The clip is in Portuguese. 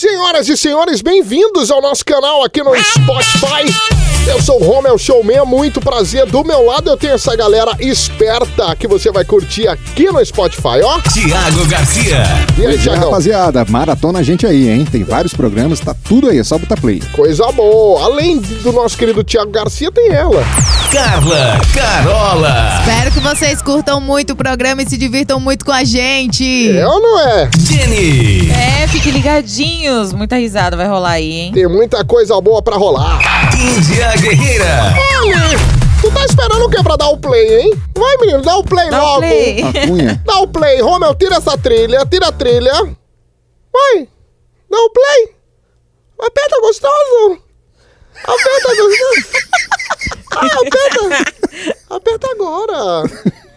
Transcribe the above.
Senhoras e senhores, bem-vindos ao nosso canal aqui no Spotify. Eu sou o Romel Showman, é muito prazer. Do meu lado eu tenho essa galera esperta que você vai curtir aqui no Spotify, ó. Tiago Garcia. E aí, Pois é, Thiagão? rapaziada, maratona a gente aí, hein? Tem vários programas, tá tudo aí, é só botar play. Coisa boa. Além do nosso querido Thiago Garcia, tem ela. Carla Carola. Espero que vocês curtam muito o programa e se divirtam muito com a gente. É ou não é? Jenny. É, fiquem ligadinhos. Muita risada vai rolar aí, hein? Tem muita coisa boa pra rolar. Índia Guerreira. Olha, tu tá esperando o que pra dar o play, hein? Vai, menino, dá o play Dá o logo. play. A cunha. Dá o play, Romeu, tira essa trilha, tira a trilha. Vai, dá o play. Aperta gostoso. Aperta gostoso. Ah, aperta. Aperta agora.